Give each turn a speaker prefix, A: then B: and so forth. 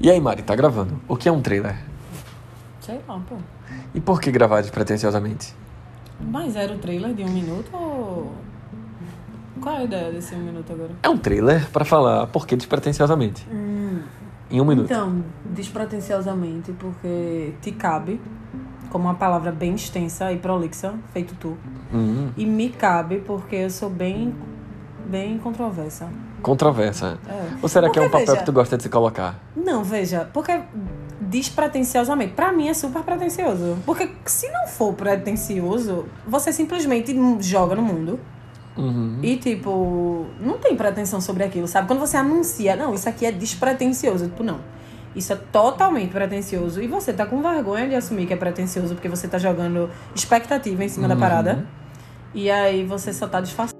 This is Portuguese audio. A: E aí, Mari, tá gravando. O que é um trailer?
B: Sei lá, pô.
A: E por que gravar despretensiosamente?
B: Mas era o trailer de um minuto ou. Qual é a ideia desse um minuto agora?
A: É um trailer pra falar por que despretensiosamente.
B: Hum.
A: Em um minuto.
B: Então, despretensiosamente, porque te cabe, como uma palavra bem extensa e prolixa, feito tu.
A: Hum,
B: E me cabe, porque eu sou bem. bem controversa.
A: controversa.
B: É.
A: Ou será que é um
B: Porque,
A: papel
B: veja,
A: que tu gosta de se colocar?
B: Não, veja, porque despretensiosamente, pra mim é super pretensioso. Porque se não for pretensioso, você simplesmente joga no mundo.
A: Uhum.
B: E, tipo, não tem pretensão sobre aquilo, sabe? Quando você anuncia, não, isso aqui é despretensioso. Tipo, não. Isso é totalmente pretensioso. E você tá com vergonha de assumir que é pretensioso, porque você tá jogando expectativa em cima da
A: Uhum.
B: parada. E aí você só tá disfarçando.